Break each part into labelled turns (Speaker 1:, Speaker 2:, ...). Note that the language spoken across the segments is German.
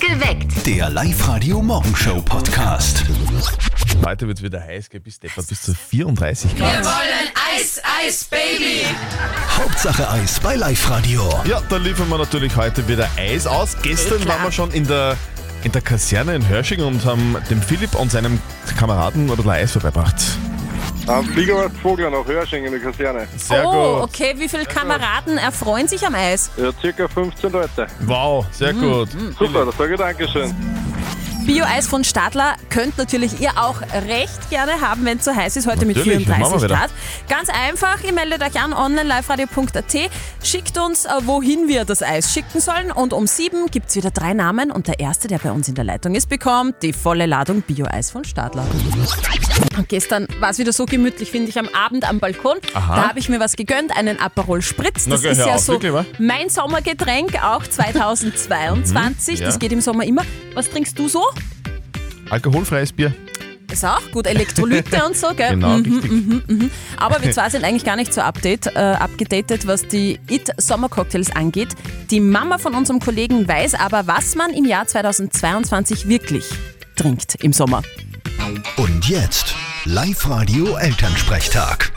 Speaker 1: Geweckt.
Speaker 2: Der Live-Radio-Morgenshow-Podcast.
Speaker 3: Heute wird es wieder heiß, gell? bis deppert bis zu 34 Grad.
Speaker 2: Hauptsache Eis bei Live-Radio.
Speaker 3: Ja, da liefern wir natürlich heute wieder Eis aus. Gestern waren wir schon in der, in der Kaserne in Hörsching und haben dem Philipp und seinem Kameraden oder Eis vorbeigebracht.
Speaker 4: Am Flieger war Vogler nach Hörsching in der Kaserne.
Speaker 3: Sehr
Speaker 5: oh,
Speaker 3: gut.
Speaker 5: okay. Wie viele Kameraden erfreuen sich am Eis?
Speaker 4: Ja, circa 15 Leute.
Speaker 3: Wow,
Speaker 5: Mhm,
Speaker 3: sehr gut.
Speaker 4: Super, da sage ich Dankeschön.
Speaker 5: Bio-Eis von Stadler könnt natürlich ihr auch recht gerne haben, wenn es so heiß ist, heute
Speaker 3: Natürlich,
Speaker 5: mit
Speaker 3: das machen wir
Speaker 5: 34
Speaker 3: wieder.
Speaker 5: Grad. Ganz einfach, ihr meldet euch an online-liveradio.at, schickt uns, äh, wohin wir das Eis schicken sollen und um sieben gibt es wieder drei Namen und der erste, der bei uns in der Leitung ist, bekommt die volle Ladung Bio-Eis von Stadler. Und gestern war es wieder so gemütlich, finde ich, am Abend am Balkon.
Speaker 3: Aha.
Speaker 5: Da habe ich mir was gegönnt, einen Aperol Spritz.
Speaker 3: Na,
Speaker 5: Das
Speaker 3: geh
Speaker 5: ist
Speaker 3: her
Speaker 5: ja
Speaker 3: auf,
Speaker 5: so
Speaker 3: wirklich, wa?
Speaker 5: mein Sommergetränk auch 2022.
Speaker 3: Mhm, ja.
Speaker 5: Das geht im Sommer immer. Was trinkst du so?
Speaker 3: Alkoholfreies Bier.
Speaker 5: Ist auch gut, Elektrolyte und so, gell?
Speaker 3: Genau,
Speaker 5: Mhm.
Speaker 3: richtig.
Speaker 5: Aber wir zwei sind eigentlich gar nicht so update, äh, abgedatet, was die IT-Sommercocktails angeht. Die Mama von unserem Kollegen weiß aber, was man im Jahr 2022 wirklich trinkt im Sommer.
Speaker 2: Und jetzt Live-Radio Elternsprechtag.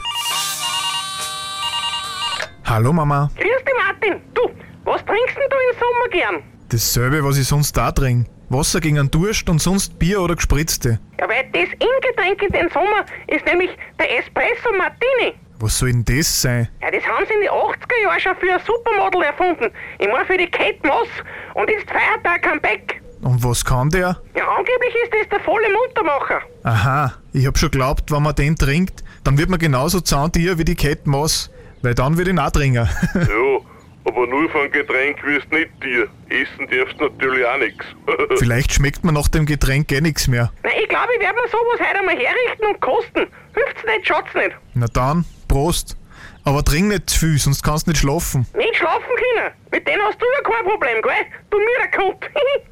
Speaker 6: Hallo Mama,
Speaker 7: Grüß dich, Martin. Du, was trinkst denn du im Sommer gern?
Speaker 6: dasselbe, was ich sonst da trinke. Wasser gegen einen Durst und sonst Bier oder gespritzte.
Speaker 7: Ja, weil das Ingetränk in den Sommer ist nämlich der Espresso Martini.
Speaker 6: Was soll denn das sein?
Speaker 7: Ja, das haben sie in den 80er Jahren schon für ein Supermodel erfunden. Immer für die Kate Moss. Und ist Feiertag Comeback.
Speaker 6: Und was kann der?
Speaker 7: Ja, angeblich ist das der volle Muntermacher.
Speaker 6: Aha, ich hab schon glaubt, wenn man den trinkt, dann wird man genauso zahntier wie die Kate Moss, weil dann wird ich auch trinken.
Speaker 8: Ja, aber nur von Getränk wirst nicht dir. Essen darfst natürlich auch nix.
Speaker 6: Vielleicht schmeckt man nach dem Getränk eh nichts mehr.
Speaker 7: Na, ich glaube, ich werde mir sowas heute einmal herrichten und kosten. Hilft's nicht, schaut's nicht.
Speaker 6: Na dann, Prost. Aber trink nicht zu viel, sonst kannst nicht schlafen.
Speaker 7: Nicht schlafen können. Mit denen hast du ja kein Problem, gell? Du mir der Kund.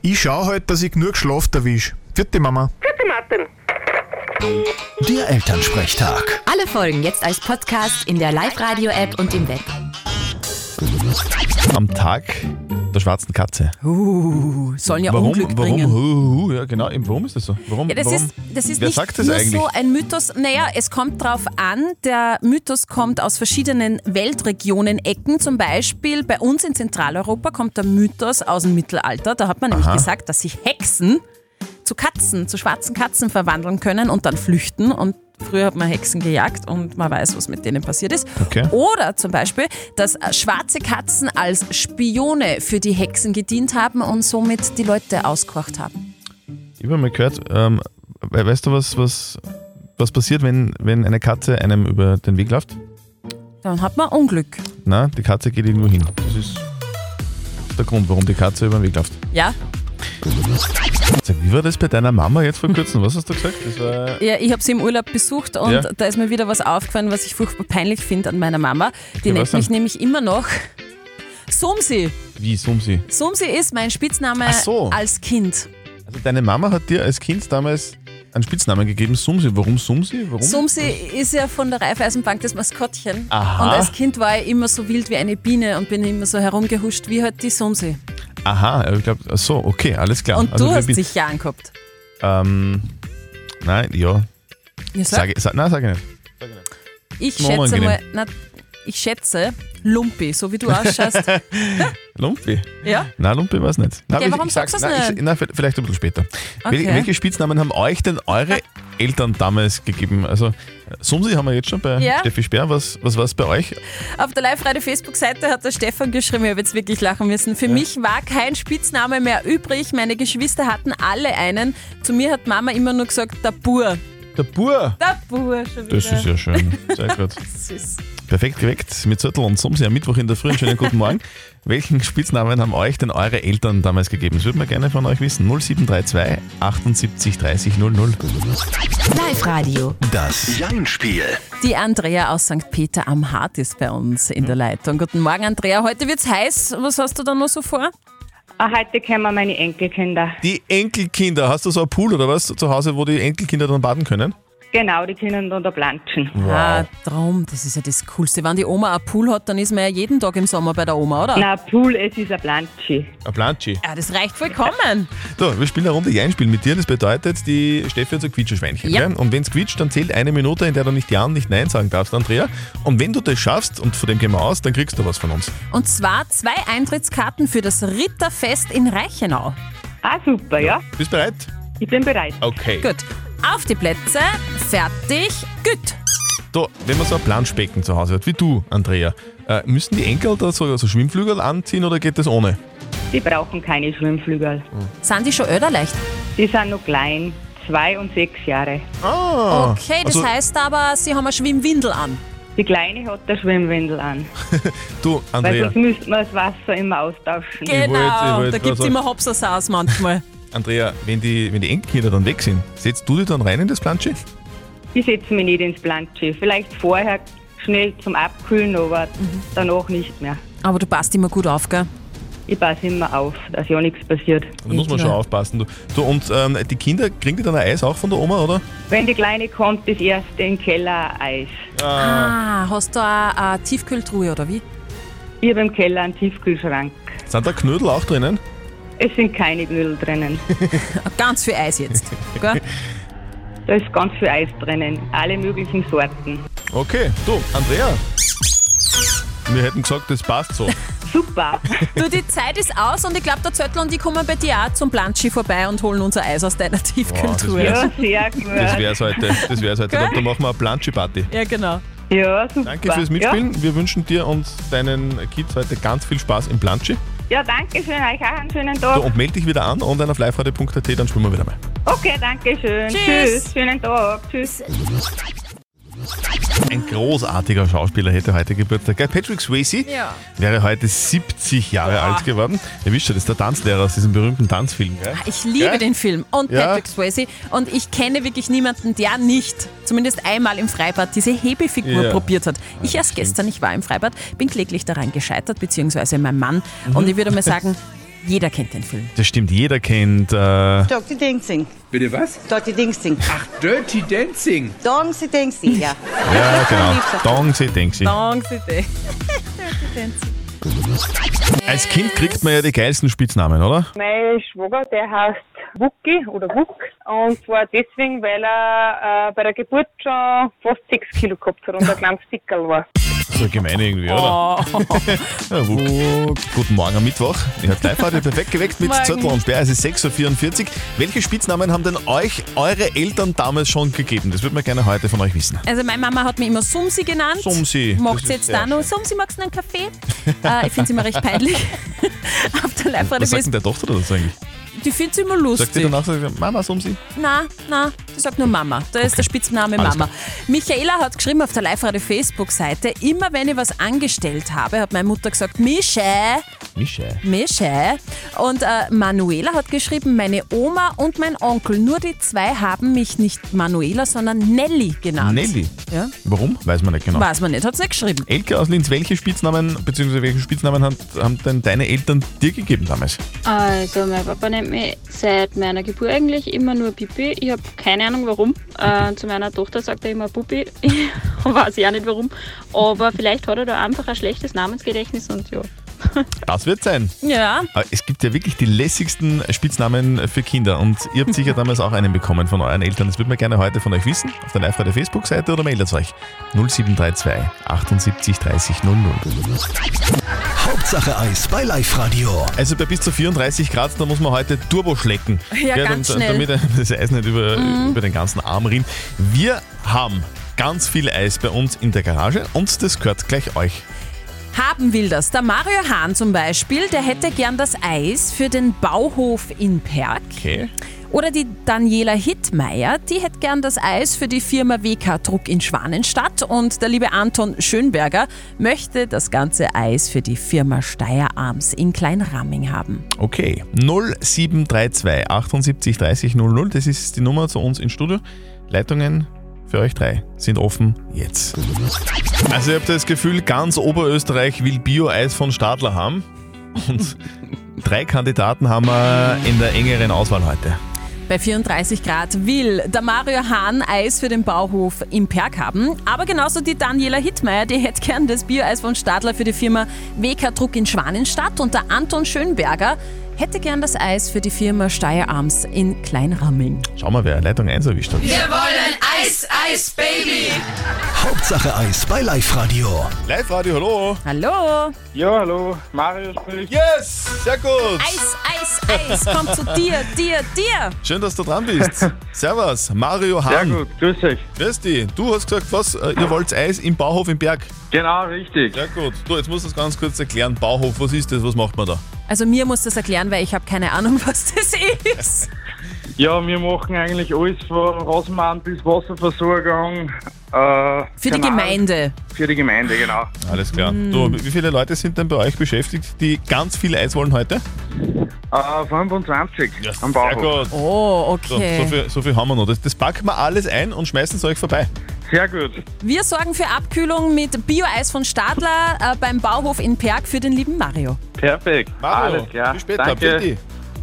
Speaker 6: Ich schau halt, dass ich genug Schlaf erwisch. Vierte Mama.
Speaker 7: Vierte Martin.
Speaker 2: Der Elternsprechtag.
Speaker 9: Alle Folgen jetzt als Podcast in der Live-Radio-App und im Web.
Speaker 5: mhm.
Speaker 3: Am Tag der schwarzen Katze.
Speaker 5: Uh, Sollen ja
Speaker 3: Warum?
Speaker 5: Unglück
Speaker 3: Warum?
Speaker 5: bringen.
Speaker 3: Hu, hu, ja, genau. eben, Warum ist das so? Warum?
Speaker 5: Ja, das
Speaker 3: warum?
Speaker 5: ist, das ist
Speaker 3: Wer
Speaker 5: nicht
Speaker 3: sagt das
Speaker 5: nur
Speaker 3: eigentlich?
Speaker 5: so ein Mythos. Naja, es kommt drauf an. Der Mythos kommt aus verschiedenen Weltregionen, Ecken. Zum Beispiel bei uns in Zentraleuropa kommt der Mythos aus dem Mittelalter. Da hat man nämlich gesagt, dass sich Hexen zu Katzen, zu schwarzen Katzen verwandeln können und dann flüchten. Und früher hat man Hexen gejagt und man weiß, was mit denen passiert ist.
Speaker 3: Okay.
Speaker 5: Oder zum Beispiel, dass schwarze Katzen als Spione für die Hexen gedient haben und somit die Leute ausgekocht haben.
Speaker 3: Ich habe mal gehört, ähm, we- weißt du, was, was, was passiert, wenn, wenn eine Katze einem über den Weg läuft?
Speaker 5: Dann hat man Unglück.
Speaker 3: Na, die Katze geht irgendwo hin. Das ist der Grund, warum die Katze über den Weg läuft.
Speaker 5: Ja?
Speaker 3: Sag, wie war das bei deiner Mama jetzt vor kurzem? Was hast du gesagt? Das war,
Speaker 5: ja ich habe sie im Urlaub besucht und
Speaker 3: Ja.
Speaker 5: da ist mir wieder was aufgefallen, was ich furchtbar peinlich finde an meiner Mama. Die
Speaker 3: Ja, was
Speaker 5: nennt mich
Speaker 3: denn?
Speaker 5: nämlich immer noch Sumsi.
Speaker 3: wie, Sumsi?
Speaker 5: Sumsi ist mein Spitzname
Speaker 3: Ach so.
Speaker 5: als Kind.
Speaker 3: Also deine Mama hat dir als Kind damals einen Spitznamen gegeben, Sumsi. Warum Sumsi? Warum?
Speaker 5: Sumsi ist ja von der Raiffeisenbank das Maskottchen.
Speaker 3: Aha.
Speaker 5: Und als Kind war ich immer so wild wie eine Biene und bin immer so herumgehuscht wie halt die Sumsi.
Speaker 3: Aha, ich glaube, ach so, okay, alles klar.
Speaker 5: Und
Speaker 3: Also
Speaker 5: du
Speaker 3: wir
Speaker 5: hast
Speaker 3: bin-
Speaker 5: dich ja angehabt.
Speaker 3: Ähm, nein, ja.
Speaker 5: Ja, sag,
Speaker 3: Sag, sag, nein, sag ich nicht.
Speaker 5: ich
Speaker 3: Moment,
Speaker 5: schätze mal, na, ich schätze Lumpi, so wie du ausschaust.
Speaker 3: Lumpi.
Speaker 5: ja?
Speaker 3: Nein, Lumpi war es nicht. Nein,
Speaker 5: Ja, warum sagst du's
Speaker 3: nein,
Speaker 5: nicht?
Speaker 3: Ich, nein, vi- vielleicht ein bisschen später. Wel,
Speaker 5: Okay.
Speaker 3: welche Spitznamen haben euch denn eure Eltern damals gegeben? Also, äh, Sumsi haben wir jetzt schon bei
Speaker 5: Ja.
Speaker 3: Steffi Speer. Was, was war es bei euch?
Speaker 5: Auf der Live-Radio-Facebook-Seite hat der Stefan geschrieben, ich habe jetzt wirklich lachen müssen. Für mich war kein Spitzname mehr übrig. Meine Geschwister hatten alle einen. Zu mir hat Mama immer nur gesagt, der Bur.
Speaker 3: Der Bur.
Speaker 5: Der Bur, schon wieder.
Speaker 3: Das ist ja schön. Sehr gut.
Speaker 5: süß.
Speaker 3: Perfekt geweckt mit Zettel und Sumsi am Mittwoch in der Früh. Einen schönen guten Morgen. Welchen Spitznamen haben euch denn eure Eltern damals gegeben? Das würde man gerne von euch wissen. 0732 78 30 00.
Speaker 9: Live-Radio.
Speaker 2: Das Jein-Spiel.
Speaker 5: Die Andrea aus St. Peter am Hart ist bei uns in
Speaker 3: Hm.
Speaker 5: der Leitung. Guten Morgen, Andrea. Heute wird's heiß. Was hast du da noch so vor?
Speaker 10: Ah, Heute kommen meine Enkelkinder.
Speaker 3: Die Enkelkinder. Hast du so einen Pool oder was zu Hause, wo die Enkelkinder dann baden können?
Speaker 10: Genau, die können dann da planschen.
Speaker 5: Ah, drum, das ist ja das Coolste. Wenn die Oma einen Pool hat, dann ist man ja jeden Tag im Sommer bei der Oma, oder?
Speaker 10: Na, Pool, es ist ein Planschi.
Speaker 3: Ein Planschi.
Speaker 5: Ja, das reicht vollkommen.
Speaker 3: So, wir spielen eine Runde Jeinspiel mit dir. Das bedeutet, die Steffi hat so Quietscherschweinchen.
Speaker 5: Ja.
Speaker 3: gell? Und wenn es quietscht, dann zählt eine Minute, in der du nicht Ja und nicht Nein sagen darfst, Andrea. Und wenn du das schaffst, und von dem gehen wir aus, dann kriegst du was von uns.
Speaker 5: Und zwar zwei Eintrittskarten für das Ritterfest in Reichenau.
Speaker 10: Ah, super, ja.
Speaker 3: Bist bereit?
Speaker 10: Ich bin bereit.
Speaker 3: Okay.
Speaker 5: Gut. Auf die Plätze, fertig, gut.
Speaker 3: Da, wenn man so ein Planschbecken zu Hause hat, wie du, Andrea, äh, müssen die Enkel da so, so Schwimmflügel anziehen oder geht das ohne?
Speaker 10: Die brauchen keine Schwimmflügel.
Speaker 5: Sind die schon öder leicht?
Speaker 10: Die sind noch klein, zwei und sechs Jahre.
Speaker 3: Ah,
Speaker 5: Okay, das
Speaker 3: also,
Speaker 5: heißt aber, sie haben eine Schwimmwindel an.
Speaker 10: Die Kleine hat der Schwimmwindel an,
Speaker 3: Du,
Speaker 10: weil
Speaker 3: Andrea,
Speaker 10: sonst müssten wir das Wasser immer austauschen.
Speaker 3: wollt- ich wollt
Speaker 5: Genau, da
Speaker 3: was
Speaker 5: gibt es
Speaker 3: sagen.
Speaker 5: immer Hopsasaus manchmal.
Speaker 3: Andrea, wenn die, wenn die Enkelkinder dann weg sind, setzt du die dann rein in das Plansche?
Speaker 10: Ich setze mich nicht ins Planschi. Vielleicht vorher schnell zum Abkühlen, aber danach nicht mehr.
Speaker 5: aber du passt immer gut auf, gell?
Speaker 10: Ich passe immer auf, dass ja nichts passiert.
Speaker 3: Da muss man
Speaker 5: klar.
Speaker 3: schon aufpassen. Du, du und ähm, die Kinder kriegen die dann ein Eis auch von der Oma, oder?
Speaker 10: Wenn die Kleine kommt, das erste im Keller ein Eis.
Speaker 5: Ah, hast du eine, eine Tiefkühltruhe oder wie?
Speaker 10: Ich habe im Keller einen Tiefkühlschrank.
Speaker 3: Sind da Knödel auch drinnen?
Speaker 10: Es sind keine Knödel drinnen.
Speaker 5: Ganz viel Eis jetzt, gell?
Speaker 10: Da ist ganz viel Eis drinnen, alle möglichen Sorten.
Speaker 3: Okay, du, Andrea. Wir hätten gesagt, das passt so.
Speaker 10: Super.
Speaker 5: Du, die Zeit ist aus und ich glaube, der Zöttl und die kommen bei dir auch zum Planschi vorbei und holen unser Eis aus deiner Tiefkühltruhe.
Speaker 3: wär's.
Speaker 10: Ja, sehr gut.
Speaker 3: Das wär's heute. Das wär's heute. Ich glaub, da
Speaker 5: Gell?
Speaker 3: machen wir eine Planschi-Party.
Speaker 5: ja, genau.
Speaker 10: Ja, super.
Speaker 3: Danke fürs Mitspielen. Wir wünschen dir und deinen Kids heute ganz viel Spaß im Planschi.
Speaker 10: Ja, ja danke schön. Euch auch einen schönen
Speaker 3: Du,
Speaker 10: Tag.
Speaker 3: und melde dich wieder an online auf liveradio.at, dann spielen wir wieder mal.
Speaker 10: Okay, danke schön.
Speaker 5: Tschüss.
Speaker 10: Tschüss. Schönen Tag. Tschüss.
Speaker 3: Ein großartiger Schauspieler hätte heute Geburtstag. Gell? Patrick Swayze
Speaker 5: Ja.
Speaker 3: wäre heute 70 Jahre alt geworden. Ihr wisst schon, das ist der Tanzlehrer aus diesem berühmten Tanzfilm. Gell?
Speaker 5: Ich liebe
Speaker 3: Gell?
Speaker 5: den Film und
Speaker 3: Ja.
Speaker 5: Patrick Swayze und ich kenne wirklich niemanden, der nicht zumindest einmal im Freibad diese Hebefigur
Speaker 3: Ja.
Speaker 5: probiert hat. Ich erst gestern, ich war im Freibad, bin kläglich daran gescheitert, beziehungsweise mein Mann.
Speaker 3: Mhm.
Speaker 5: Und ich würde mal sagen, jeder kennt den Film.
Speaker 3: Das stimmt, jeder kennt. Äh,
Speaker 1: Dirty Dancing.
Speaker 11: Bitte was?
Speaker 1: Dirty Dancing.
Speaker 11: Dirty Dancing.
Speaker 1: Dancing, Dancing, ja.
Speaker 3: ja, genau. Dongsi, Dengsi.
Speaker 5: Danke dir.
Speaker 3: Als Kind kriegt man ja die geilsten Spitznamen, oder?
Speaker 10: Mein Schwager, der heißt Wucki oder Wuck. Und zwar deswegen, weil er äh, bei der Geburt schon fast 6 Kilo gehabt hat und ein kleines Pickel war.
Speaker 3: So gemein irgendwie,
Speaker 5: Ah.
Speaker 3: oder? Ja, wupp. Guten Morgen am Mittwoch. Ich habe Live-Radio perfekt geweckt mit
Speaker 5: Morgen.
Speaker 3: Zettel und Sperr. Es ist 6.44 Uhr. Welche Spitznamen haben denn euch eure Eltern damals schon gegeben? Das würde man gerne heute von euch wissen.
Speaker 5: Also meine Mama hat mich immer Sumsi genannt.
Speaker 3: Sumsi, das
Speaker 5: Macht
Speaker 3: ist
Speaker 5: sie jetzt
Speaker 3: sehr
Speaker 5: da noch. Sumsi, magst du noch einen Kaffee? äh, ich finde sie immer recht peinlich. Auf der
Speaker 3: Was sagt
Speaker 5: Live-Radio
Speaker 3: denn der Tochter dazu eigentlich?
Speaker 5: Die findet sie immer
Speaker 3: Sagt sie
Speaker 5: lustig.
Speaker 3: danach, sagt sie, Mama, Sumsi?
Speaker 5: Na, na, die sagt nur Mama. Da ist der Spitzname
Speaker 3: Alles
Speaker 5: Mama. Michaela hat geschrieben auf der Live-Radio-Facebook-Seite, immer wenn ich was angestellt habe, hat meine Mutter gesagt, Mische,
Speaker 3: Mische.
Speaker 5: Mische. Und äh, Manuela hat geschrieben, meine Oma und mein Onkel, nur die zwei haben mich nicht Manuela, sondern Nelly genannt.
Speaker 3: Nelly.
Speaker 5: Ja,
Speaker 3: Warum? Weiß man nicht genau.
Speaker 5: weiß man nicht, hat sie nicht geschrieben.
Speaker 3: Elke aus Linz, welche Spitznamen bzw. welchen Spitznamen haben, haben denn deine Eltern dir gegeben damals?
Speaker 10: Also, mein Papa nennt mich seit meiner Geburt eigentlich immer nur Pipi. Ich habe keine Ahnung warum. Äh, zu meiner Tochter sagt er immer Puppi. Ich weiß ich auch nicht warum. Aber vielleicht hat er da einfach ein schlechtes Namensgedächtnis und ja.
Speaker 3: Das wird sein.
Speaker 5: Ja,
Speaker 3: Aber Äh, Es gibt ja wirklich die lässigsten Spitznamen für Kinder und ihr habt sicher damals auch einen bekommen von euren Eltern. Das würden wir gerne heute von euch wissen, auf der live der Facebook-Seite oder meldet euch 0732 78 30 00.
Speaker 2: Hauptsache Eis bei Live-Radio.
Speaker 3: Also bei bis zu 34 Grad, da muss man heute Turbo schlecken.
Speaker 5: Ja, ganz Mhm.
Speaker 3: dam- damit, das Eis nicht über, über den ganzen Arm rinnt. Wir haben ganz viel Eis bei uns in der Garage und das gehört gleich euch.
Speaker 5: haben will das. Der Mario Hahn zum Beispiel, der hätte gern das Eis für den Bauhof in Perg.
Speaker 3: Okay.
Speaker 5: Oder die Daniela Hittmeier, die hätte gern das Eis für die Firma WK Druck in Schwanenstadt. Und der liebe Anton Schönberger möchte das ganze Eis für die Firma Steierarms in Kleinramming haben.
Speaker 3: Okay, 0732 78 30 00, das ist die Nummer zu uns ins Studio. Leitungen für euch drei sind offen jetzt. Also ich habe das Gefühl, ganz Oberösterreich will Bio-Eis von Stadler haben. Und drei Kandidaten haben wir in der engeren Auswahl heute.
Speaker 5: Bei 34 Grad will der Mario Hahn Eis für den Bauhof im Perk haben, aber genauso die Daniela Hittmeier, die hätte gern das Biereis von Stadler für die Firma WK Druck in Schwanenstadt und der Anton Schönberger hätte gern das Eis für die Firma Steierarms in Kleinramming.
Speaker 3: Schauen wir, wer Leitung 1 erwischt hat.
Speaker 12: Wir wollen Eis, Eis, Baby!
Speaker 2: Hauptsache Eis bei Live Radio.
Speaker 3: Live Radio, hallo.
Speaker 5: Hallo.
Speaker 13: Ja, hallo. Mario spricht.
Speaker 3: Yes, sehr gut.
Speaker 5: Eis, Eis, Eis, komm zu dir, dir, dir.
Speaker 3: Schön, dass du dran bist. Servus, Mario Hahn. Sehr gut,
Speaker 13: grüß euch.
Speaker 3: Grüß dich. Du hast gesagt, was, äh, ihr wollt Eis im Bauhof im Berg.
Speaker 13: Genau, richtig.
Speaker 3: Sehr gut. Du, jetzt musst du das ganz kurz erklären. Bauhof, was ist das, was macht man da?
Speaker 5: Also mir muss das erklären, weil ich habe keine Ahnung, was das ist.
Speaker 13: Ja, wir machen eigentlich alles von Rosenmann bis Wasserversorgung. Äh,
Speaker 5: Für
Speaker 3: Genau.
Speaker 5: die Gemeinde.
Speaker 13: Für die Gemeinde, genau.
Speaker 3: Alles klar. Du, wie viele Leute sind denn bei euch beschäftigt, die ganz viel Eis wollen heute?
Speaker 13: Äh, 25 am Bauhof.
Speaker 3: gut.
Speaker 5: Oh,
Speaker 3: So, so, viel, so viel haben wir noch. Das, das packen wir alles ein und schmeißen es euch vorbei.
Speaker 13: Sehr gut.
Speaker 5: Wir sorgen für Abkühlung mit Bio-Eis von Stadler äh, beim Bauhof in Perg für den lieben Mario.
Speaker 13: Perfekt.
Speaker 3: Mario,
Speaker 13: Alles klar.
Speaker 3: Bis später.
Speaker 13: Danke.
Speaker 3: Bitte.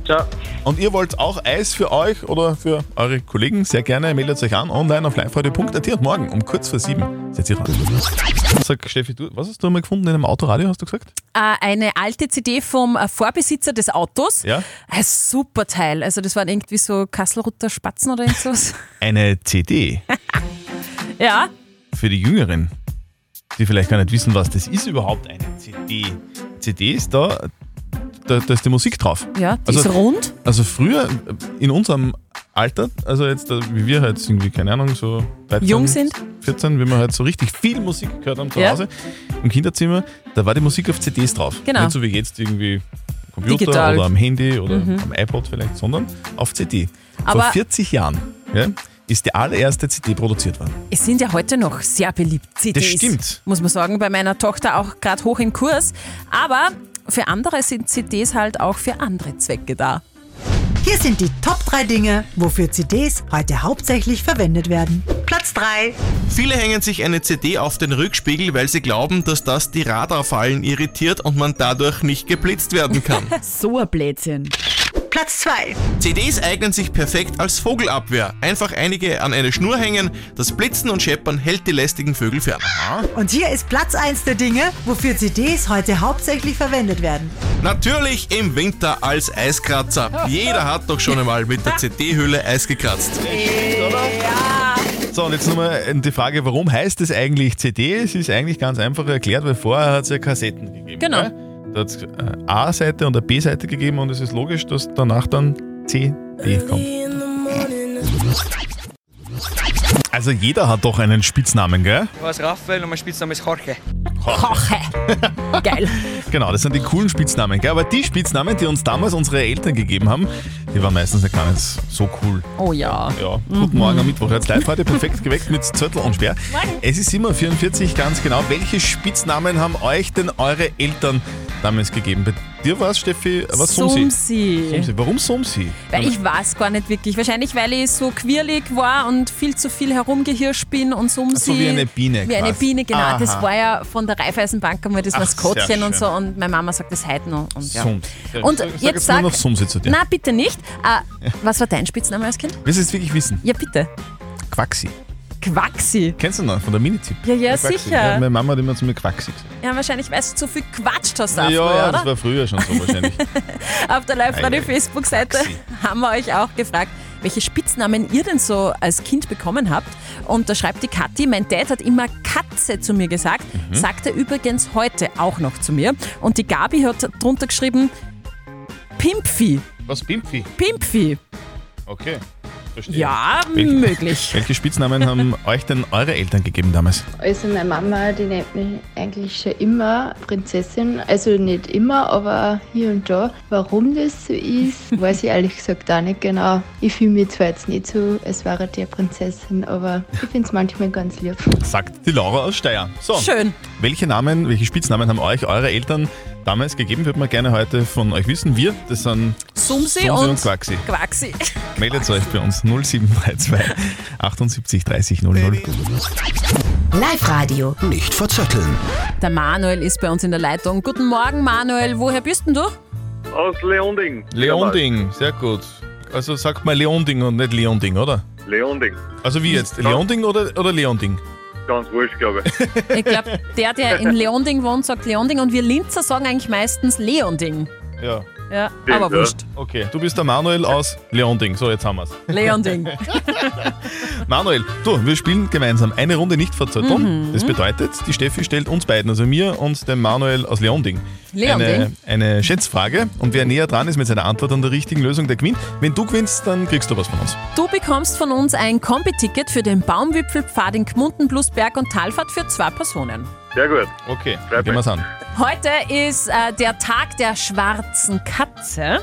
Speaker 13: Ciao.
Speaker 3: Und ihr wollt auch Eis für euch oder für eure Kollegen? Sehr gerne meldet euch an online auf livefreude.at und morgen um kurz vor sieben seid ihr dran. Sag Steffi, du, was hast du mal gefunden in einem Autoradio, hast du gesagt?
Speaker 5: Äh, eine alte CD vom äh, Vorbesitzer des Autos.
Speaker 3: Ja.
Speaker 5: Ein super Teil. Also das waren irgendwie so Kasselrutter Spatzen oder irgend sowas.
Speaker 3: Eine CD
Speaker 5: ja.
Speaker 3: für die Jüngeren, die vielleicht gar nicht wissen, was das ist überhaupt, eine CD. CD ist da, da, da ist die Musik drauf.
Speaker 5: Ja, die ist rund.
Speaker 3: Also früher, in unserem Alter, also jetzt, äh, wie wir halt irgendwie, keine Ahnung, so 13,
Speaker 5: Jung sind.
Speaker 3: 14, wenn wir halt so richtig viel Musik gehört haben zu
Speaker 5: Ja.
Speaker 3: Hause, im Kinderzimmer, da war die Musik auf CDs drauf.
Speaker 5: Genau.
Speaker 3: Nicht so wie jetzt irgendwie am Computer
Speaker 5: Digital.
Speaker 3: oder am Handy oder
Speaker 5: Mhm.
Speaker 3: am iPod vielleicht, sondern auf CD.
Speaker 5: Aber-
Speaker 3: Vor 40 Jahren ja, ist die allererste CD produziert worden.
Speaker 5: Es sind ja heute noch sehr beliebt CDs.
Speaker 3: Das stimmt.
Speaker 5: Muss man sagen, bei meiner Tochter auch gerade hoch im Kurs. Aber für andere sind CDs halt auch für andere Zwecke da.
Speaker 14: Hier sind die Top 3 Dinge, wofür CDs heute hauptsächlich verwendet werden.
Speaker 15: Platz 3. Viele hängen sich eine CD auf den Rückspiegel, weil sie glauben, dass das die Radarfallen irritiert und man dadurch nicht geblitzt werden kann.
Speaker 16: So ein Blödsinn.
Speaker 15: Platz 2. CDs eignen sich perfekt als Vogelabwehr. Einfach einige an eine Schnur hängen, das Blitzen und Scheppern hält die lästigen Vögel fern.
Speaker 14: Und hier ist Platz 1 der Dinge, wofür CDs heute hauptsächlich verwendet werden.
Speaker 15: Natürlich im Winter als Eiskratzer. Jeder hat doch schon einmal mit der CD-Hülle Eis gekratzt.
Speaker 3: So, und jetzt nochmal die Frage, warum heißt es eigentlich CD? Es ist eigentlich ganz einfach erklärt, weil vorher hat es ja Kassetten gegeben.
Speaker 5: Genau.
Speaker 3: gell? Da hat es eine A-Seite und eine B-Seite gegeben und es ist logisch, dass danach dann CD kommt. Also jeder hat doch einen Spitznamen, gell?
Speaker 17: Ich heiße Raphael und mein Spitzname ist Jorge.
Speaker 5: Jorge. Geil.
Speaker 3: Genau, das sind die coolen Spitznamen, gell? Aber die Spitznamen, die uns damals unsere Eltern gegeben haben, die waren meistens ja gar nicht so cool.
Speaker 5: Oh ja.
Speaker 3: Ja, guten
Speaker 5: Mhm.
Speaker 3: Morgen am Mittwoch. Jetzt live heute perfekt geweckt mit Zettel und Sperr. Es ist immer 44 ganz genau. Welche Spitznamen haben euch denn eure Eltern damals gegeben? Bei dir war es, Steffi, was Sumsi?
Speaker 5: Sumsi.
Speaker 3: Sumsi. Warum Sumsi?
Speaker 5: Weil ich weiß gar nicht wirklich. Wahrscheinlich, weil ich so quirlig war und viel zu viel herumgehirscht bin und so um
Speaker 3: So wie eine Biene
Speaker 5: Wie eine
Speaker 3: quasi.
Speaker 5: Biene, genau.
Speaker 3: Aha.
Speaker 5: Das war ja von der Raiffeisenbank einmal das
Speaker 3: Ach, sehr
Speaker 5: Maskottchen
Speaker 3: schön.
Speaker 5: und so. Und meine Mama sagt das heute noch. Und, ja.
Speaker 3: Sumsi. Ja,
Speaker 5: und
Speaker 3: sag
Speaker 5: jetzt,
Speaker 3: jetzt nur
Speaker 5: sag.
Speaker 3: noch Sumsi zu dir.
Speaker 5: Nein, bitte nicht. Ah, was war dein Spitzname als Kind?
Speaker 3: Willst du es wirklich wissen?
Speaker 5: Ja, bitte.
Speaker 3: Quaxi.
Speaker 5: Quaxi?
Speaker 3: Kennst du noch von der Minitip?
Speaker 5: Ja, ja,
Speaker 3: Quaxi.
Speaker 5: sicher.
Speaker 3: Ja, meine Mama hat immer zu mir Quaxi gesagt.
Speaker 5: Ja, wahrscheinlich, weil du zu viel quatscht hast da
Speaker 3: ja,
Speaker 5: früher,
Speaker 3: das
Speaker 5: oder?
Speaker 3: war früher schon so wahrscheinlich.
Speaker 5: Auf der
Speaker 3: Ei,
Speaker 5: Live-Radio
Speaker 3: ei,
Speaker 5: Facebook-Seite haben wir euch auch gefragt, welche Spitznamen ihr denn so als Kind bekommen habt. Und da schreibt die Kathi, mein Dad hat immer Katze zu mir gesagt,
Speaker 18: Mhm.
Speaker 5: sagt er übrigens heute auch noch zu mir. Und die Gabi hat drunter geschrieben, Pimpfi.
Speaker 3: Was, Pimpfi?
Speaker 5: Pimpfi.
Speaker 3: Okay. Verstehe.
Speaker 5: Ja, möglich.
Speaker 3: Welche Spitznamen haben euch denn eure Eltern gegeben damals?
Speaker 19: Also meine Mama, die nennt mich eigentlich schon immer Prinzessin. Also nicht immer, aber hier und da. Warum das so ist, weiß ich ehrlich gesagt auch nicht genau. Ich fühle mich zwar jetzt nicht so, als wäre die Prinzessin, aber ich finde es manchmal ganz lieb.
Speaker 3: Sagt die Laura aus Steyr. So.
Speaker 19: Schön.
Speaker 3: Welche Namen, welche Spitznamen haben euch eure Eltern damals gegeben? Würde man gerne heute von euch wissen. Wir, das sind
Speaker 5: Sumsi
Speaker 3: Sumsi
Speaker 5: und,
Speaker 3: und Quaxi.
Speaker 5: Quaxi.
Speaker 3: Meldet euch bei uns 0732 78 30 00.
Speaker 9: Live Radio.
Speaker 2: Nicht verzetteln.
Speaker 5: Der Manuel ist bei uns in der Leitung. Guten Morgen, Manuel. Woher bist denn du?
Speaker 20: Aus Leonding.
Speaker 3: Leonding, sehr gut. Also sagt man Leonding und nicht Leonding, oder?
Speaker 4: Leonding.
Speaker 3: Also wie jetzt? Leonding oder, oder Leonding?
Speaker 4: Ganz wurscht, glaube ich.
Speaker 5: Ich glaube, der, der in Leonding wohnt, sagt Leonding und wir Linzer sagen eigentlich meistens Leonding.
Speaker 3: Ja.
Speaker 5: Ja, aber wurscht.
Speaker 3: Okay, du bist der Manuel aus Leonding. So, jetzt haben wir's.
Speaker 5: Leonding.
Speaker 3: Manuel, du, wir spielen gemeinsam eine Runde nicht verzetteln.
Speaker 5: Mhm.
Speaker 3: Das bedeutet, die Steffi stellt uns beiden, also mir und dem Manuel aus Leonding,
Speaker 5: Leonding.
Speaker 3: Eine, eine Schätzfrage. Und wer näher dran ist mit seiner Antwort an der richtigen Lösung, der gewinnt. Wenn du gewinnst, dann kriegst du was von uns.
Speaker 5: Du bekommst von uns ein Kombi-Ticket für den Baumwipfelpfad in Gmunden plus Berg- und Talfahrt für zwei Personen.
Speaker 4: Sehr gut.
Speaker 3: Okay, gehen wir's an.
Speaker 5: Heute ist äh, der Tag der schwarzen Katze.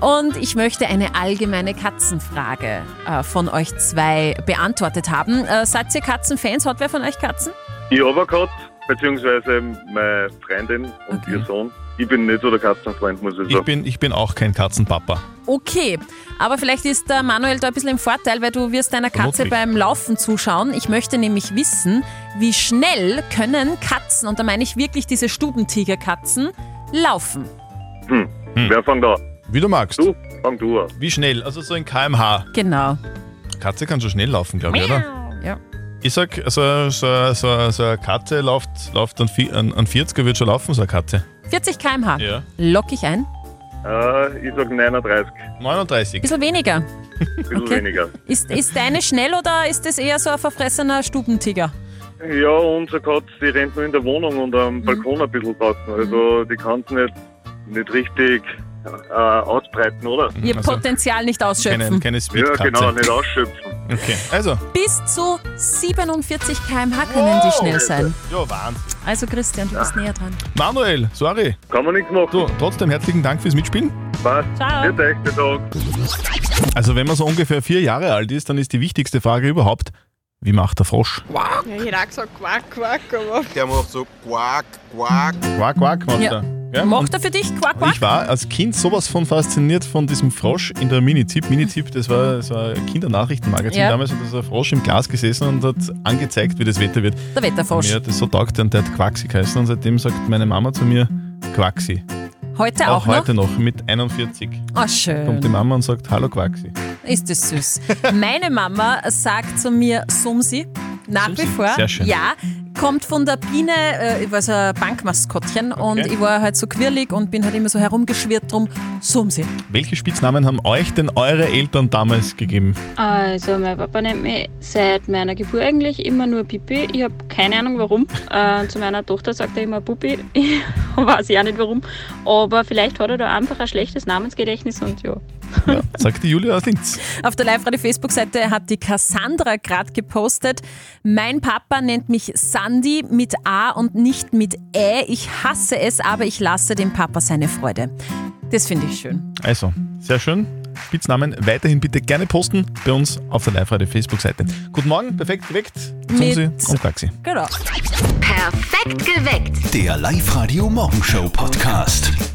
Speaker 5: Und ich möchte eine allgemeine Katzenfrage äh, von euch zwei beantwortet haben. Äh, seid ihr Katzenfans? Hat wer von euch Katzen?
Speaker 4: Ich habe gehabt, beziehungsweise meine Freundin und ihr Sohn. Ich bin nicht so der Katzenfreund, muss ich sagen.
Speaker 3: Ich bin, ich bin auch kein Katzenpapa.
Speaker 5: Okay, aber vielleicht ist der Manuel da ein bisschen im Vorteil, weil du wirst deiner Katze
Speaker 3: Vermutlich.
Speaker 5: beim Laufen zuschauen. Ich möchte nämlich wissen, wie schnell können Katzen, und da meine ich wirklich diese Stubentigerkatzen, laufen.
Speaker 4: Hm. Wer fängt da?
Speaker 3: Wie du magst.
Speaker 4: Du, fang du an.
Speaker 3: Wie schnell? Also so in kmh.
Speaker 5: Genau.
Speaker 3: Katze kann schon schnell laufen, glaube ich, oder?
Speaker 5: Ja.
Speaker 3: Ich sag, so, so, so, so eine Katze läuft, läuft an, vi- an, an 40er wird schon laufen, so eine Katze.
Speaker 5: 40 km/h.
Speaker 3: Ja.
Speaker 5: Lock ich ein.
Speaker 4: Äh, ich sag 39.
Speaker 3: 39.
Speaker 5: Bisschen weniger.
Speaker 4: bisschen weniger.
Speaker 5: Ist, ist deine schnell oder ist das eher so ein verfressener Stubentiger?
Speaker 4: Ja, unser Katz, die rennt nur in der Wohnung und am Balkon ein bisschen draußen. Also die kann es nicht, nicht richtig äh, ausbreiten, oder?
Speaker 3: Mhm,
Speaker 5: Ihr
Speaker 3: also
Speaker 5: Potenzial nicht
Speaker 3: Keine,
Speaker 5: ausschöpfen.
Speaker 3: keine
Speaker 4: Ja,
Speaker 3: Speedkatze.
Speaker 4: genau, nicht ausschöpfen.
Speaker 3: Okay, also.
Speaker 5: Bis zu 47 km/h können die schnell sein.
Speaker 3: Ja, Wahnsinn.
Speaker 5: Also Christian, du bist näher dran.
Speaker 3: Manuel, sorry.
Speaker 4: Kann man nichts machen.
Speaker 3: Du, trotzdem herzlichen Dank fürs Mitspielen.
Speaker 4: Was?
Speaker 5: Ciao.
Speaker 4: Bitte, echte Tag.
Speaker 3: Also, wenn man so ungefähr vier Jahre alt ist, dann ist die wichtigste Frage überhaupt: Wie macht der Frosch?
Speaker 16: Quack. Ja, ich hätte auch gesagt Quack, Quack, aber...
Speaker 15: Der macht so Quack, Quack.
Speaker 3: Quack, quack macht
Speaker 5: Ja.
Speaker 3: er. Ja,
Speaker 5: Macht
Speaker 3: und-
Speaker 5: er für dich Quack, Quack?
Speaker 3: Ich war als Kind sowas von fasziniert von diesem Frosch in der Minitip. Minitip, das war so ein Kindernachrichtenmagazin
Speaker 5: Ja.
Speaker 3: damals und da ist ein Frosch im Glas gesessen und hat angezeigt, wie das Wetter wird.
Speaker 5: Der Wetterfrosch.
Speaker 3: Mir hat das so taugt und der hat Quaxi geheißen und seitdem sagt meine Mama zu mir Quaxi.
Speaker 5: Heute
Speaker 3: auch
Speaker 5: auch,
Speaker 3: heute noch, mit 41.
Speaker 5: noch? Oh,
Speaker 3: Kommt die
Speaker 5: schön.
Speaker 3: Mama und sagt Hallo Quaxi.
Speaker 5: Ist das süß. Meine Mama sagt zu mir Sumsi, nach wie vor.
Speaker 3: sehr schön.
Speaker 5: Ja, kommt von der Biene, äh, ich war so ein Bankmaskottchen und ich war halt so quirlig und bin halt immer so herumgeschwirrt drum. Sumsi.
Speaker 3: Welche Spitznamen haben euch denn eure Eltern damals gegeben?
Speaker 10: Also, mein Papa nennt mich seit meiner Geburt eigentlich immer nur Pipi. Ich habe keine Ahnung warum. Äh, zu meiner Tochter sagt er immer Puppi. Ich weiß ich auch nicht warum. Aber vielleicht hat er da einfach ein schlechtes Namensgedächtnis und ja.
Speaker 3: Sagt die Julia aus Linz.
Speaker 5: Auf der Live-Radio-Facebook-Seite hat die Cassandra gerade gepostet, mein Papa nennt mich Sandy mit A und nicht mit Ä. Ich hasse es, aber ich lasse dem Papa seine Freude. Das finde ich schön.
Speaker 3: Also, sehr schön. Spitznamen weiterhin bitte gerne posten bei uns auf der Live-Radio-Facebook-Seite. Guten Morgen, perfekt geweckt. Sumsi
Speaker 2: Mit-
Speaker 3: und Quaxi.
Speaker 5: Genau.
Speaker 2: Der Live-Radio Morgenshow Podcast.